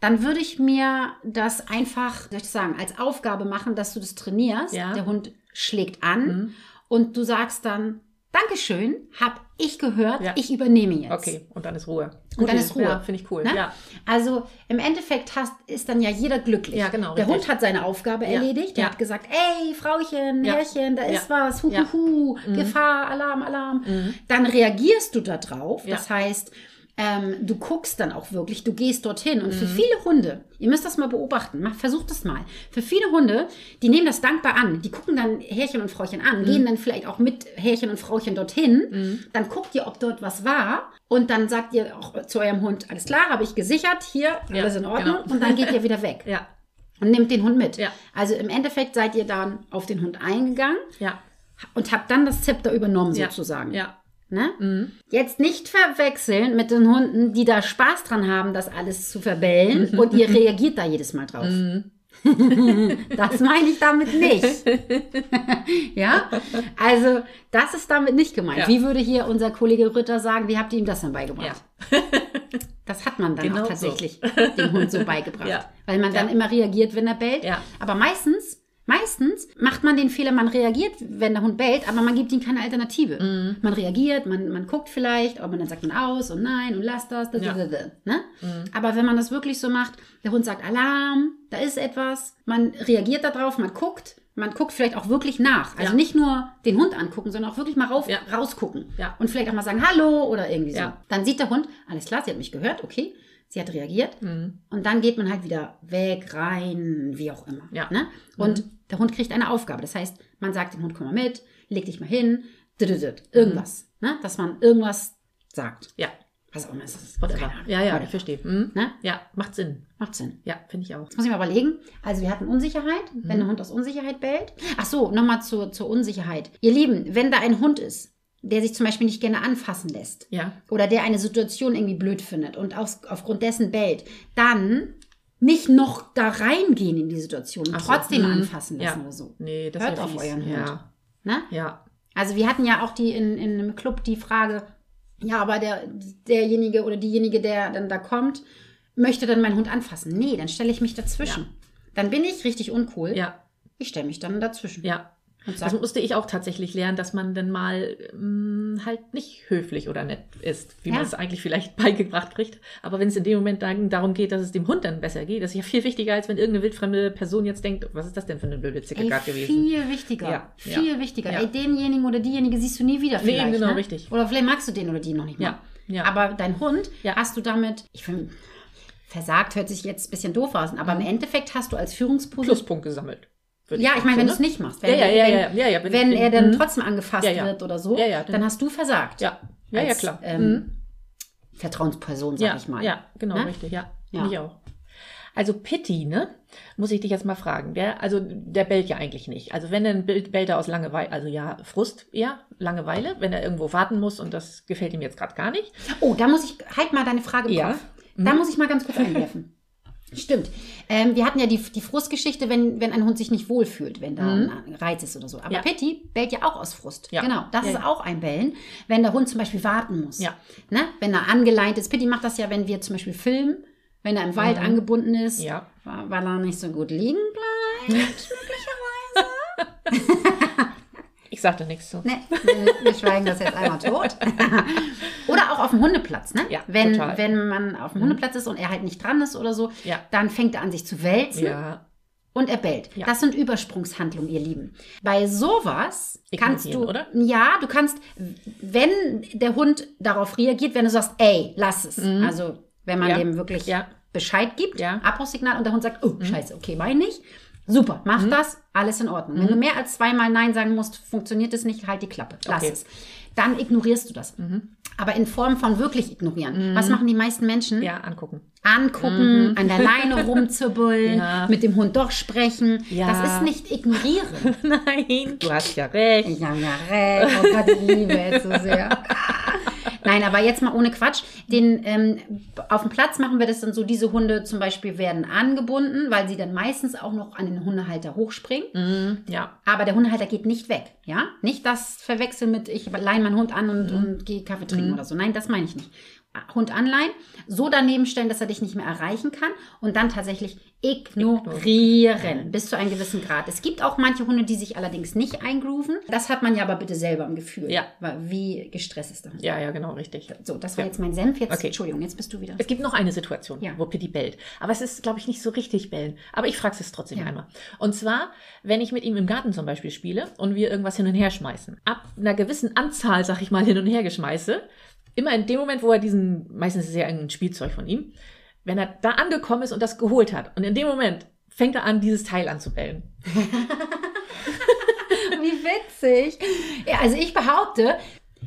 A: dann würde ich mir das einfach, wie soll ich das sagen, als Aufgabe machen, dass du das trainierst.
B: Ja. Mhm.
A: Der Hund schlägt an und du sagst dann, Dankeschön, hab ich gehört,
B: Ja.
A: ich übernehme jetzt.
B: Okay, und dann ist Ruhe.
A: Und dann
B: Gute-
A: ist Ruhe.
B: Ja, finde ich cool.
A: Ne?
B: Ja.
A: Also im Endeffekt hast, ist dann ja jeder glücklich.
B: Ja, genau,
A: Der
B: richtig.
A: Hund hat seine Aufgabe
B: Ja.
A: erledigt. Der
B: Ja.
A: hat gesagt, ey, Frauchen,
B: Ja.
A: Herrchen, da
B: Ja.
A: ist was, hu,
B: Ja.
A: hu, hu, Gefahr, Alarm, Alarm. Dann reagierst du da drauf.
B: Mhm. Ja.
A: Das heißt, ähm, du guckst dann auch wirklich, du gehst dorthin. Und für
B: Mhm.
A: viele Hunde, ihr müsst das mal beobachten, macht, versucht das mal. Für viele Hunde, die nehmen das dankbar an. Die gucken dann Härchen und Frauchen
B: Mhm.
A: an, gehen dann vielleicht auch mit Härchen und Frauchen dorthin. Dann guckt ihr, ob dort was war. Und dann sagt ihr auch zu eurem Hund, alles klar, habe ich gesichert, hier,
B: Ja,
A: alles in Ordnung.
B: genau.
A: Und dann geht ihr wieder weg
B: Ja,
A: und nehmt den Hund mit.
B: Ja.
A: Also im Endeffekt seid ihr dann auf den Hund eingegangen
B: ja,
A: und habt dann das Zepter übernommen
B: ja.
A: sozusagen.
B: Ja, Mhm.
A: Ne? Jetzt nicht verwechseln mit den Hunden, die da Spaß dran haben, das alles zu
B: Mhm.
A: verbellen und ihr reagiert da jedes Mal drauf. das meine ich damit nicht. ja, also das ist damit nicht gemeint.
B: Ja.
A: Wie würde hier unser Kollege Rütter sagen, wie habt ihr ihm das denn beigebracht?
B: ja.
A: Das hat man dann
B: Genau
A: auch
B: so.
A: tatsächlich dem Hund so beigebracht.
B: Ja.
A: Weil man dann
B: Ja.
A: immer reagiert, wenn er bellt.
B: Ja.
A: Aber meistens, meistens macht man den Fehler, man reagiert, wenn der Hund bellt, aber man gibt ihm keine Alternative.
B: Mhm.
A: Man reagiert, man, man guckt vielleicht, aber dann sagt man aus und nein und lass das. da, da,
B: Ja. Mhm.
A: da, da, Ne? Aber wenn man das wirklich so macht, der Hund sagt Alarm, da ist etwas, man reagiert darauf, man guckt. Man guckt vielleicht auch wirklich nach. Also
B: Ja.
A: nicht nur den Hund angucken, sondern auch wirklich mal rauf,
B: Ja.
A: rausgucken.
B: Ja.
A: Und vielleicht auch mal sagen, hallo oder irgendwie so.
B: Ja.
A: Dann sieht der Hund, alles klar, sie hat mich gehört, okay, sie hat reagiert.
B: Mhm.
A: Und dann geht man halt wieder weg, rein, wie auch immer.
B: Ja.
A: Ne? Und der Hund kriegt eine Aufgabe. Das heißt, man sagt dem Hund, komm mal mit, leg dich mal hin, düdüdüd, irgendwas. Ne? Dass man irgendwas sagt.
B: ja.
A: Was auch immer es ist.
B: Whatever.
A: Keine Ahnung.
B: Ja, ja,
A: Whatever.
B: ich verstehe. Mhm.
A: Ne?
B: Ja, macht Sinn.
A: Macht Sinn.
B: Ja, finde ich auch.
A: Jetzt muss ich mal überlegen. Also wir hatten Unsicherheit, wenn der Hund aus Unsicherheit bellt. Ach so, nochmal zur, zur Unsicherheit. Ihr Lieben, wenn da ein Hund ist, der sich zum Beispiel nicht gerne anfassen lässt
B: Ja,
A: oder der eine Situation irgendwie blöd findet und aus, aufgrund dessen bellt, dann nicht noch da reingehen in die Situation und
B: Ach so,
A: trotzdem
B: mhm.
A: anfassen lassen
B: Ja.
A: oder so.
B: Nee, das
A: Hört
B: wär
A: auf
B: fies.
A: euren Hund.
B: Ja.
A: Ne?
B: ja.
A: Also wir hatten ja auch die in, in einem Club die Frage, ja, aber der, derjenige oder diejenige, der dann da kommt, möchte dann meinen Hund anfassen. Nee, dann stelle ich mich dazwischen. Dann bin ich richtig uncool.
B: Ja,
A: Ich stelle mich dann dazwischen.
B: ja. Also
A: Und
B: Das
A: sage,
B: musste ich auch tatsächlich lernen, dass man dann mal mh, halt nicht höflich oder nett ist, wie man
A: Ja.
B: es eigentlich vielleicht beigebracht kriegt. Aber wenn es in dem Moment dann darum geht, dass es dem Hund dann besser geht, das ist ja viel wichtiger, als wenn irgendeine wildfremde Person jetzt denkt, was ist das denn für eine blöde Zicke
A: ey,
B: gerade gewesen?
A: viel wichtiger.
B: Ja,
A: viel
B: ja,
A: wichtiger.
B: ja.
A: Ey, denjenigen oder diejenige siehst du nie wieder
B: Nee,
A: vielleicht.
B: genau,
A: ne?
B: richtig.
A: Oder vielleicht magst du den oder die noch nicht mal.
B: Ja, ja.
A: Aber dein Hund
B: Ja.
A: hast du damit, ich finde, versagt hört sich jetzt ein bisschen doof aus, aber
B: Mhm.
A: im Endeffekt hast du als Führungsposition.
B: Pluspunkt gesammelt. würde
A: Ja, ich
B: sagen,
A: meine, wenn du
B: so,
A: es
B: ne?
A: nicht machst, wenn,
B: Ja, ja, ja,
A: wenn,
B: ja, ja, ja, wenn-
A: wenn,
B: wenn-
A: er dann
B: mhm.
A: trotzdem angefasst
B: Ja, ja.
A: wird oder so,
B: Ja, ja, dann-
A: dann hast du versagt.
B: Ja, ja, ja
A: Als,
B: klar.
A: ähm,
B: Mhm.
A: Vertrauensperson, sag
B: ja,
A: ich mal.
B: Ja, genau,
A: Ne?
B: richtig, ja.
A: Ja.
B: Ich auch. Also Pitti, ne? Muss ich dich jetzt mal fragen. Der, also der bellt ja eigentlich nicht. Also wenn dann bellt, bellt er aus Langeweile, also ja, Frust eher, Langeweile, wenn er irgendwo warten muss und das gefällt ihm jetzt gerade gar nicht.
A: Oh, da muss ich, halt mal deine Frage im
B: Ja. Mhm.
A: Kopf. Da muss ich mal ganz kurz einwerfen. Stimmt. Ähm, wir hatten ja die, die Frustgeschichte, wenn, wenn ein Hund sich nicht wohlfühlt, wenn da ein Reiz ist oder so. Aber
B: Mhm. Ja.
A: Pitti bellt ja auch aus Frust.
B: Ja.
A: Genau. Das
B: Ja,
A: ist
B: ja.
A: auch ein Bellen, wenn der Hund zum Beispiel warten muss.
B: Ja.
A: Ne? Wenn er angeleint ist. Pitti macht das ja, wenn wir zum Beispiel filmen, wenn er im Wald angebunden ist,
B: Mhm. Ja.
A: wa- weil er nicht so gut liegen bleibt.
B: Ich sag da nichts zu.
A: ne? wir, wir schweigen das jetzt einmal tot. oder auch auf dem Hundeplatz. Ne?
B: Ja,
A: wenn,
B: total. Mhm.
A: wenn man auf dem Hundeplatz ist und er halt nicht dran ist oder so,
B: Ja.
A: dann fängt er an, sich zu wälzen.
B: Ja.
A: und er bellt.
B: Ja.
A: Das sind Übersprungshandlungen, ihr Lieben. Bei sowas
B: Ignorieren,
A: kannst du,
B: oder?
A: ja, du kannst, wenn der Hund darauf reagiert, wenn du sagst, ey, lass es. Also wenn man
B: Mhm. Ja.
A: dem wirklich
B: Ja.
A: Bescheid gibt,
B: Ja. Mhm.
A: Abbruchssignal und der Hund sagt, oh, scheiße, okay, meine ich. Super, mach das, alles in Ordnung. Wenn du
B: Mhm.
A: mehr als zweimal Nein sagen musst, funktioniert es nicht, halt die Klappe, lass
B: Okay. Mhm.
A: es. Dann ignorierst du das. Aber in Form von wirklich ignorieren. Was machen die meisten Menschen?
B: Ja, angucken.
A: angucken, an der Leine rumzubbeln,
B: Ja.
A: mit dem Hund doch sprechen.
B: Ja.
A: Das ist nicht ignorieren.
B: Nein. Du hast ja recht.
A: Ich habe ja recht, oh Gott, ich liebe es so sehr. Nein, aber jetzt mal ohne Quatsch. Den, ähm, auf dem Platz machen wir das dann so, diese Hunde zum Beispiel werden angebunden, weil sie dann meistens auch noch an den Hundehalter hochspringen.
B: Mhm, ja.
A: Aber der Hundehalter geht nicht weg, ja? Nicht das verwechseln mit, ich leine meinen Hund an
B: Mhm.
A: und, und gehe Kaffee trinken oder so. Nein, das meine ich nicht. Hund anleihen, so daneben stellen, dass er dich nicht mehr erreichen kann und dann tatsächlich ignorieren bis zu einem gewissen Grad. Es gibt auch manche Hunde, die sich allerdings nicht eingrooven. Das hat man ja aber bitte selber im Gefühl,
B: Ja.
A: weil wie gestresst ist der Hund.
B: Ja, ja, genau, richtig.
A: So, das war jetzt mein Senf. Jetzt,
B: Okay.
A: Entschuldigung, jetzt bist du wieder.
B: Es gibt noch eine Situation,
A: Ja.
B: wo Pitti bellt. Aber es ist, glaube ich, nicht so richtig bellen. Aber ich frage es trotzdem
A: Ja.
B: einmal. Und zwar, wenn ich mit ihm im Garten zum Beispiel spiele und wir irgendwas hin und her schmeißen. Ab einer gewissen Anzahl, sag ich mal, hin und her geschmeiße, immer in dem Moment, wo er diesen, meistens ist es ja ein Spielzeug von ihm, wenn er da angekommen ist und das geholt hat. Und in dem Moment fängt er an, dieses Teil anzubellen.
A: Wie witzig. Ja, also ich behaupte,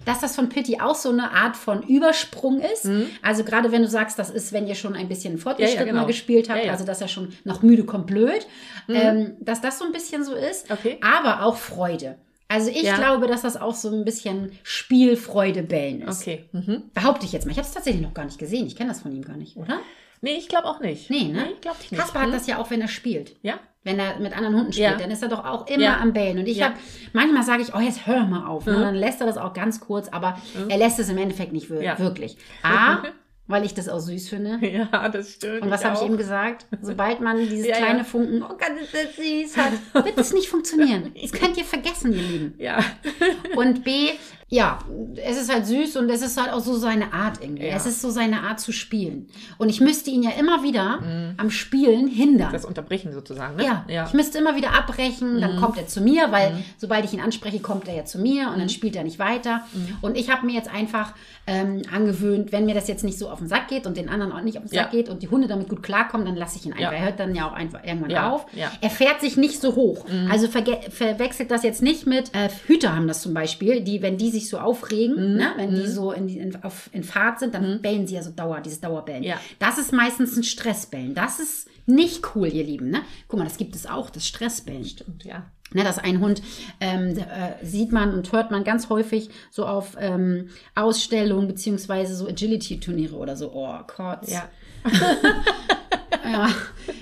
A: dass das von Pitti auch so eine Art von Übersprung ist. Also gerade wenn du sagst, das ist, wenn ihr schon ein bisschen fortgeschrittener
B: Mhm. genau.
A: gespielt habt,
B: Ja, ja.
A: also dass er schon noch müde kommt blöd, ähm, dass das so ein bisschen so ist,
B: Okay.
A: aber auch Freude. Also ich
B: Ja.
A: glaube, dass das auch so ein bisschen Spielfreude bellen ist.
B: Okay. Mhm.
A: Behaupte ich jetzt mal. Ich habe es tatsächlich noch gar nicht gesehen. Ich kenne das von ihm gar nicht, oder?
B: Nee, ich glaube auch nicht.
A: Nee, ne?
B: ich glaube nicht. Hm?
A: Kasper hat das ja auch, wenn er spielt
B: Ja?
A: wenn er mit anderen Hunden spielt,
B: Ja.
A: dann ist er doch auch immer
B: Ja.
A: am Bellen. Und ich
B: Ja. Mhm.
A: hab, manchmal sage ich, oh, jetzt hör mal auf. Und dann lässt er das auch ganz kurz, aber er lässt es im Endeffekt nicht wir-
B: Ja.
A: wirklich. A, weil ich das auch süß finde.
B: Ja, das stimmt.
A: Und was habe ich
B: auch.
A: eben gesagt? Sobald man dieses
B: Ja, ja.
A: kleine Funken, oh Gott, ist das süß, hat, wird es nicht funktionieren. Das könnt ihr vergessen, ihr Lieben.
B: Ja.
A: Und B, ja, es ist halt süß und es ist halt auch so seine Art irgendwie.
B: Ja.
A: Es ist so seine Art zu spielen. Und ich müsste ihn ja immer wieder
B: Mhm.
A: am Spielen hindern.
B: Das Unterbrechen sozusagen, ne? Mhm.
A: Ja, ich müsste immer wieder abbrechen, dann kommt er zu mir, weil sobald ich ihn anspreche, kommt er ja zu mir
B: Mhm.
A: und dann spielt er nicht weiter. Und ich habe mir jetzt einfach ähm, angewöhnt, wenn mir das jetzt nicht so auf den Sack geht und den anderen auch nicht auf den
B: Ja.
A: Sack geht und die Hunde damit gut klarkommen, dann lasse ich ihn einfach.
B: Ja.
A: Er hört dann ja auch einfach irgendwann
B: Ja,
A: auf.
B: ja.
A: Er fährt sich nicht so hoch.
B: Mhm.
A: Also verge- verwechselt das jetzt nicht mit, äh, Hüter haben das zum Beispiel, die, wenn die sich so
B: Mhm.
A: aufregen, ne, wenn die so in, die- in, auf, in Fahrt sind, dann bellen sie ja so Dauer, dieses Dauerbellen.
B: Ja.
A: Das ist meistens ein Stressbellen. Das ist nicht cool, ihr Lieben. Ne? Guck mal, das gibt es auch, das Stressbellen.
B: Stimmt, ja.
A: Ne, dass ein Hund ähm, äh, sieht man und hört man ganz häufig so auf ähm, Ausstellungen beziehungsweise so Agility-Turniere oder so. Oh, Kotz.
B: Ja.
A: ja.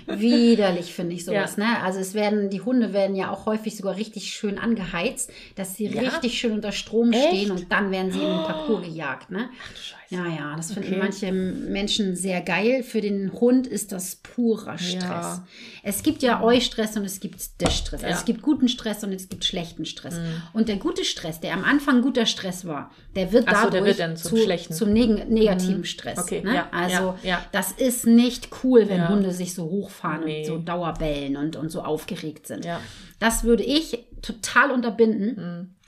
A: Widerlich finde ich sowas. Ne? Also es werden, die Hunde werden ja auch häufig sogar richtig schön angeheizt, dass sie
B: Ja?
A: richtig schön unter Strom
B: Echt? Oh.
A: stehen und dann werden sie in den Parcours gejagt. Ne?
B: Ach du Scheiße.
A: Ja, ja, das finden
B: Okay.
A: manche Menschen sehr geil. Für den Hund ist das purer Stress.
B: Ja.
A: Es gibt ja Eustress und es gibt der Stress. Also
B: Ja. Mhm.
A: es gibt guten Stress und es gibt schlechten Stress. Und der gute Stress, der am Anfang guter Stress war, der wird
B: Ach so,
A: dadurch
B: der wird dann zum schlechten. Mhm.
A: zum neg negativen Stress.
B: Okay,
A: Ne?
B: ja,
A: also
B: ja, ja.
A: das ist nicht cool, wenn
B: Ja.
A: Hunde sich so hochfahren
B: Nee.
A: und so dauerbellen und, und so aufgeregt sind.
B: Ja.
A: Das würde ich total unterbinden.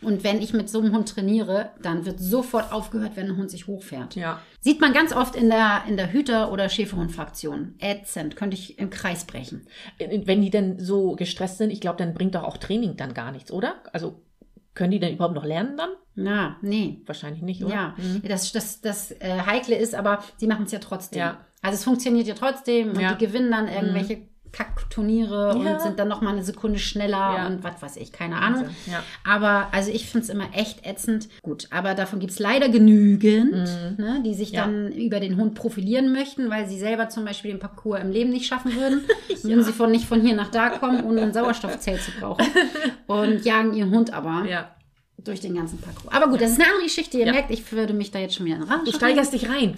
B: Hm.
A: Und wenn ich mit so einem Hund trainiere, dann wird sofort aufgehört, wenn ein Hund sich hochfährt.
B: Ja.
A: Sieht man ganz oft in der, in der Hüter- oder Schäferhundfraktion. Ätzend, könnte ich im Kreis brechen.
B: Äh, Wenn die dann so gestresst sind, ich glaube, dann bringt doch auch Training dann gar nichts, oder? Also können die dann überhaupt noch lernen dann?
A: Na, nee.
B: Wahrscheinlich nicht, oder?
A: Ja,
B: Mhm.
A: das, das, das äh, Heikle ist, aber sie machen es ja trotzdem.
B: Ja.
A: Also es funktioniert ja trotzdem und
B: Ja. Mhm.
A: die gewinnen dann irgendwelche Kackturniere
B: Ja.
A: und sind dann nochmal eine Sekunde schneller
B: Ja.
A: und was weiß ich, keine Ahnung.
B: Wahnsinn, ja.
A: Aber also ich finde es immer echt ätzend. Gut, aber davon gibt es leider genügend, ne, die sich
B: Mhm. Ja.
A: dann über den Hund profilieren möchten, weil sie selber zum Beispiel den Parcours im Leben nicht schaffen würden, würden sie von nicht von hier nach da kommen, ohne ein Sauerstoffzelt zu brauchen. Und jagen ihren Hund aber
B: ja.
A: durch den ganzen Parcours. Aber gut, das ist eine andere Geschichte. Ihr
B: Ja.
A: merkt, ich würde mich da jetzt schon wieder in Rage
B: Du steigerst dich rein.
A: reden.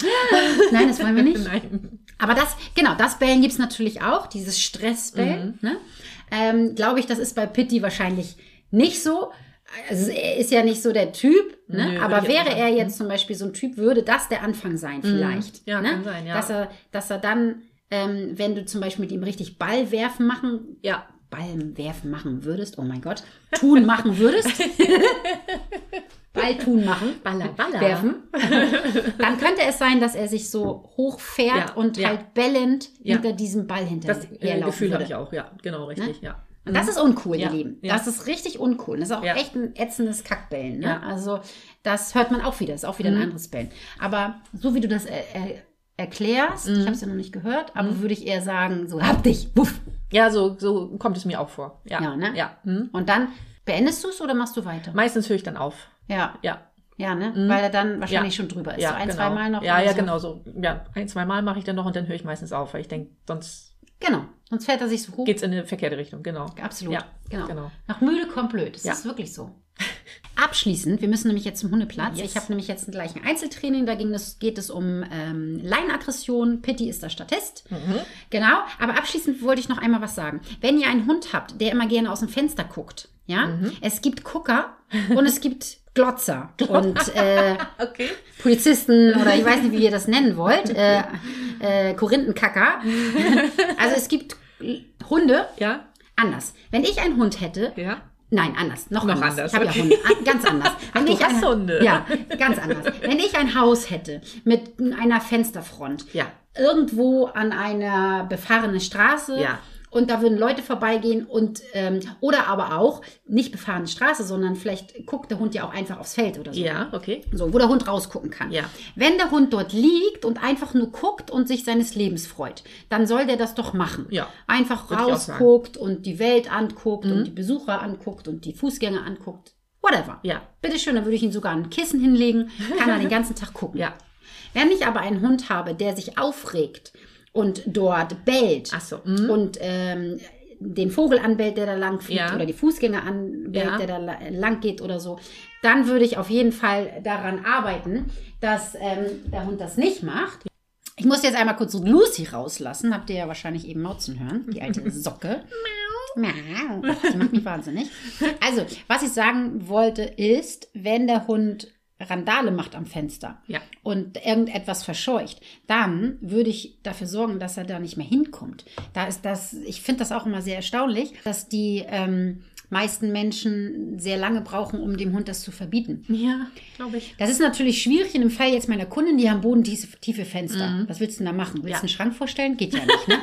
A: Nein, das wollen wir nicht.
B: Nein.
A: Aber das, genau, das Bellen gibt es natürlich auch, dieses Stressbellen.
B: Mhm.
A: Ne? Ähm, Glaube ich, das ist bei Pitti wahrscheinlich nicht so. Also, er ist ja nicht so der Typ, ne?
B: Nö,
A: aber
B: würde ich auch Mhm.
A: wäre er jetzt zum Beispiel so ein Typ, würde das der Anfang sein, vielleicht.
B: Ja,
A: ne?
B: kann sein, ja.
A: Dass er, dass er dann, ähm, wenn du zum Beispiel mit ihm richtig Ball werfen machen,
B: Ja.
A: Ball werfen machen würdest, oh mein Gott, tun machen würdest, Ball tun machen,
B: Baller, baller.
A: werfen, dann könnte es sein, dass er sich so hochfährt
B: Ja,
A: und
B: ja.
A: halt bellend
B: Ja.
A: hinter diesem Ball
B: Das äh,
A: hinterherlaufen
B: Gefühl
A: würde. Ne?
B: habe ich auch, ja. Genau, richtig, ja.
A: Und das ist uncool,
B: Ja,
A: ihr Lieben.
B: ja.
A: Das ist richtig uncool. Das ist auch
B: Ja.
A: echt ein ätzendes Kackbellen. Ne?
B: Ja. Mhm.
A: Also das hört man auch wieder. Das ist auch wieder ein anderes Bellen. Aber so wie du das er er erklärst,
B: Mhm.
A: ich habe es ja noch nicht gehört, aber würde ich eher sagen, so hab dich, wuff.
B: Ja, so, so kommt es mir auch vor. Ja,
A: Ja, ne?
B: Ja. Hm.
A: Und dann beendest du es oder machst du weiter?
B: Meistens höre ich dann auf.
A: Ja,
B: Ja,
A: ja, ne? Weil er dann wahrscheinlich schon drüber ist.
B: Mhm. ja,
A: so ein,
B: genau.
A: zwei Mal noch.
B: Ja,
A: oder
B: ja,
A: so.
B: genau so. Ja, ein, zwei Mal mache ich dann noch und dann höre ich meistens auf, weil ich denke, sonst
A: Genau. Sonst fährt er sich so hoch.
B: geht's in eine verkehrte Richtung. Genau.
A: Absolut.
B: Ja,
A: genau.
B: genau.
A: Nach müde kommt blöd. Das
B: Ja.
A: ist wirklich so. Abschließend, wir müssen nämlich jetzt zum Hundeplatz.
B: Yes.
A: Ich habe nämlich jetzt gleich ein Einzeltraining. Da ging es, geht es um ähm, Leinenaggression. Pitti ist der Statist.
B: Mhm.
A: Genau. Aber abschließend wollte ich noch einmal was sagen. Wenn ihr einen Hund habt, der immer gerne aus dem Fenster guckt, ja,
B: Mhm.
A: es gibt Gucker und es gibt Glotzer und äh,
B: Okay.
A: Polizisten oder ich weiß nicht, wie ihr das nennen wollt, äh, äh, Korinthenkacker. Also es gibt Hunde,
B: Ja,
A: Anders. Wenn ich einen Hund hätte,
B: ja.
A: nein, anders, noch,
B: Noch
A: anders.
B: anders,
A: Ich habe
B: okay.
A: ja Hunde, An- ganz anders. Wenn
B: du
A: ich ein-
B: hast Hunde.
A: Ja, ganz anders. Wenn ich ein Haus hätte mit einer Fensterfront,
B: Ja.
A: irgendwo an einer befahrenen Straße.
B: Ja.
A: Und da würden Leute vorbeigehen und ähm, oder aber auch nicht befahrene Straße, sondern vielleicht guckt der Hund ja auch einfach aufs Feld oder so.
B: Ja, okay.
A: So, wo der Hund rausgucken kann.
B: Ja.
A: Wenn der Hund dort liegt und einfach nur guckt und sich seines Lebens freut, dann soll der das doch machen.
B: Ja.
A: Einfach
B: Würde ich auch sagen. Mhm.
A: rausguckt und die Welt anguckt und die Besucher anguckt und die Fußgänger anguckt. Whatever.
B: Ja.
A: Bitte schön, dann würde ich ihn sogar ein Kissen hinlegen, kann er den ganzen Tag gucken.
B: Ja.
A: Wenn ich aber einen Hund habe, der sich aufregt und dort bellt
B: Ach so, mhm.
A: und ähm, den Vogel anbellt, der da lang fliegt,
B: Ja.
A: oder die Fußgänger anbellt,
B: Ja.
A: der da la- lang geht oder so, dann würde ich auf jeden Fall daran arbeiten, dass ähm, der Hund das nicht macht. Ich muss jetzt einmal kurz Lucy rauslassen. Habt ihr ja wahrscheinlich eben Mauzen hören, die alte Socke. Miau. Die macht mich wahnsinnig. Also, was ich sagen wollte, ist, wenn der Hund Randale macht am Fenster
B: Ja.
A: und irgendetwas verscheucht, dann würde ich dafür sorgen, dass er da nicht mehr hinkommt. Da ist das, ich finde das auch immer sehr erstaunlich, dass die ähm, meisten Menschen sehr lange brauchen, um dem Hund das zu verbieten.
B: Ja, glaube ich.
A: Das ist natürlich schwierig in dem Fall jetzt meiner Kunden, die haben bodentiefe tiefe Fenster. Was willst du denn da machen? Willst du
B: Mhm. Ja.
A: einen Schrank vorstellen? Geht ja nicht, ne?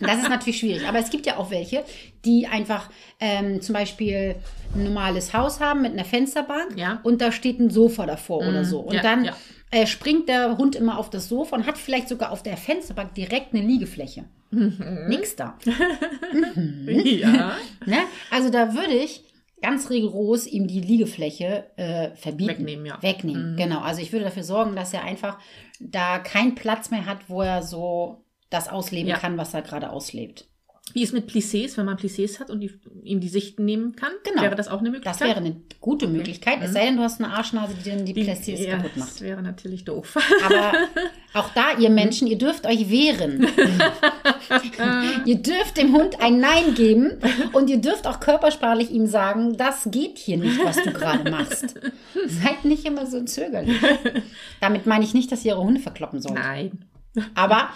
A: Das ist natürlich schwierig, aber es gibt ja auch welche, die einfach ähm, zum Beispiel ein normales Haus haben mit einer Fensterbank
B: Ja. Mhm.
A: und da steht ein Sofa davor oder so. Und
B: Ja,
A: dann
B: ja.
A: äh, springt der Hund immer auf das Sofa und hat vielleicht sogar auf der Fensterbank direkt eine Liegefläche.
B: Mhm.
A: Nix da.
B: Hm? Ja.
A: Ne? Also da würde ich ganz rigoros ihm die Liegefläche äh, verbieten.
B: Wegnehmen, ja. Mhm.
A: Wegnehmen, genau. Also ich würde dafür sorgen, dass er einfach da keinen Platz mehr hat, wo er so das ausleben
B: Ja.
A: kann, was er gerade auslebt.
B: Wie ist mit Plissés, wenn man Plissés hat und die, ihm die Sichten nehmen kann?
A: Genau.
B: Wäre das auch eine Möglichkeit?
A: Das wäre eine gute Möglichkeit, es sei denn, du hast eine Arschnase, die dann die
B: Mhm. Die-
A: Plessiers
B: ja,
A: kaputt
B: Das
A: macht.
B: wäre natürlich doof.
A: Aber auch da, ihr Menschen, ihr dürft euch wehren. ihr dürft dem Hund ein Nein geben und ihr dürft auch körpersprachlich ihm sagen, das geht hier nicht, was du gerade machst. Seid nicht immer so zögerlich. Damit meine ich nicht, dass ihr eure Hunde verkloppen sollt.
B: Nein.
A: Aber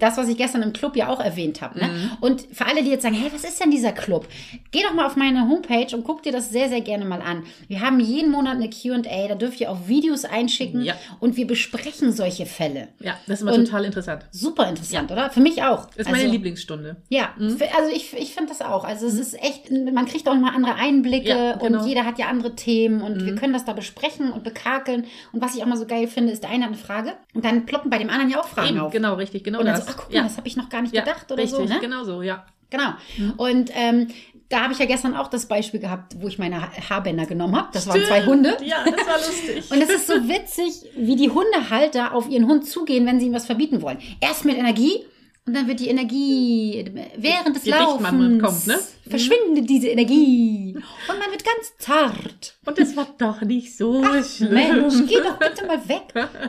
A: das, was ich gestern im Club ja auch erwähnt habe, ne?
B: Mhm.
A: und für alle, die jetzt sagen, hey, was ist denn dieser Club? Geh doch mal auf meine Homepage und guck dir das sehr, sehr gerne mal an. Wir haben jeden Monat eine QA, da dürft ihr auch Videos einschicken
B: Ja.
A: und wir besprechen solche Fälle.
B: Ja, das ist immer
A: Und-
B: total interessant.
A: Super interessant, oder? Für mich auch. Also,
B: Das ist meine Mhm. Lieblingsstunde.
A: Ja, f- also ich, ich finde das auch. Also es ist echt, man kriegt auch mal andere Einblicke
B: Ja, genau. Mhm.
A: und jeder hat ja andere Themen und wir können das da besprechen und bekakeln. Und was ich auch mal so geil finde, ist, der eine hat eine Frage und dann ploppen bei dem anderen ja auch Fragen
B: Eben,
A: auf.
B: genau, richtig, genau
A: Und dann
B: das.
A: so, ach guck mal,
B: ja.
A: das habe ich noch gar nicht
B: ja,
A: gedacht oder
B: richtig, Mhm.
A: so. Ne?
B: genau so, ja.
A: Genau. Und ähm, da habe ich ja gestern auch das Beispiel gehabt, wo ich meine Ha- Haarbänder genommen habe. Das waren zwei
B: Stimmt,
A: Hunde.
B: Ja, das war lustig.
A: Und es ist so witzig, wie die Hundehalter auf ihren Hund zugehen, wenn sie ihm was verbieten wollen. Erst mit Energie und dann wird die Energie während des
B: Die Dichtmann
A: Laufens
B: kommt, ne?
A: verschwindet diese Energie und man wird ganz zart.
B: Und das war doch nicht so schlimm.
A: Mensch, geh doch bitte mal weg.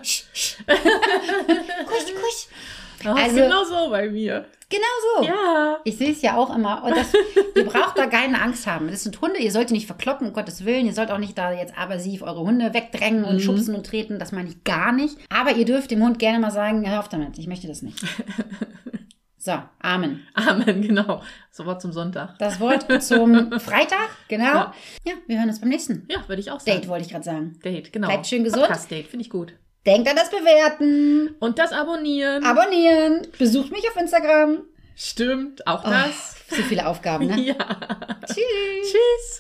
A: Sch, sch. kusch, kusch.
B: Ah,
A: also-
B: genau so bei mir.
A: Genau so.
B: Ja.
A: Ich sehe es ja auch immer. Und das, ihr braucht da keine Angst haben. Das sind Hunde, ihr sollt die nicht verkloppen, um Gottes Willen. Ihr sollt auch nicht da jetzt aversiv eure Hunde wegdrängen
B: Mhm.
A: und schubsen und treten. Das meine ich gar nicht. Aber ihr dürft dem Hund gerne mal sagen, hör auf damit, ich möchte das nicht. So, Amen.
B: Amen, genau. So war zum Sonntag.
A: Das Wort zum Freitag, genau. Ja,
B: Ja.
A: wir hören uns beim nächsten.
B: Ja, würde ich auch sagen.
A: Date wollte ich gerade sagen.
B: Date, genau.
A: Bleibt schön gesund.
B: Podcast-Date, finde ich gut.
A: Denkt an das Bewerten,
B: Und das Abonnieren.
A: Abonnieren, besucht mich auf Instagram.
B: Stimmt, auch
A: Oh,
B: das.
A: so viele Aufgaben, ne?
B: Ja.
A: Tschüss.
B: Tschüss.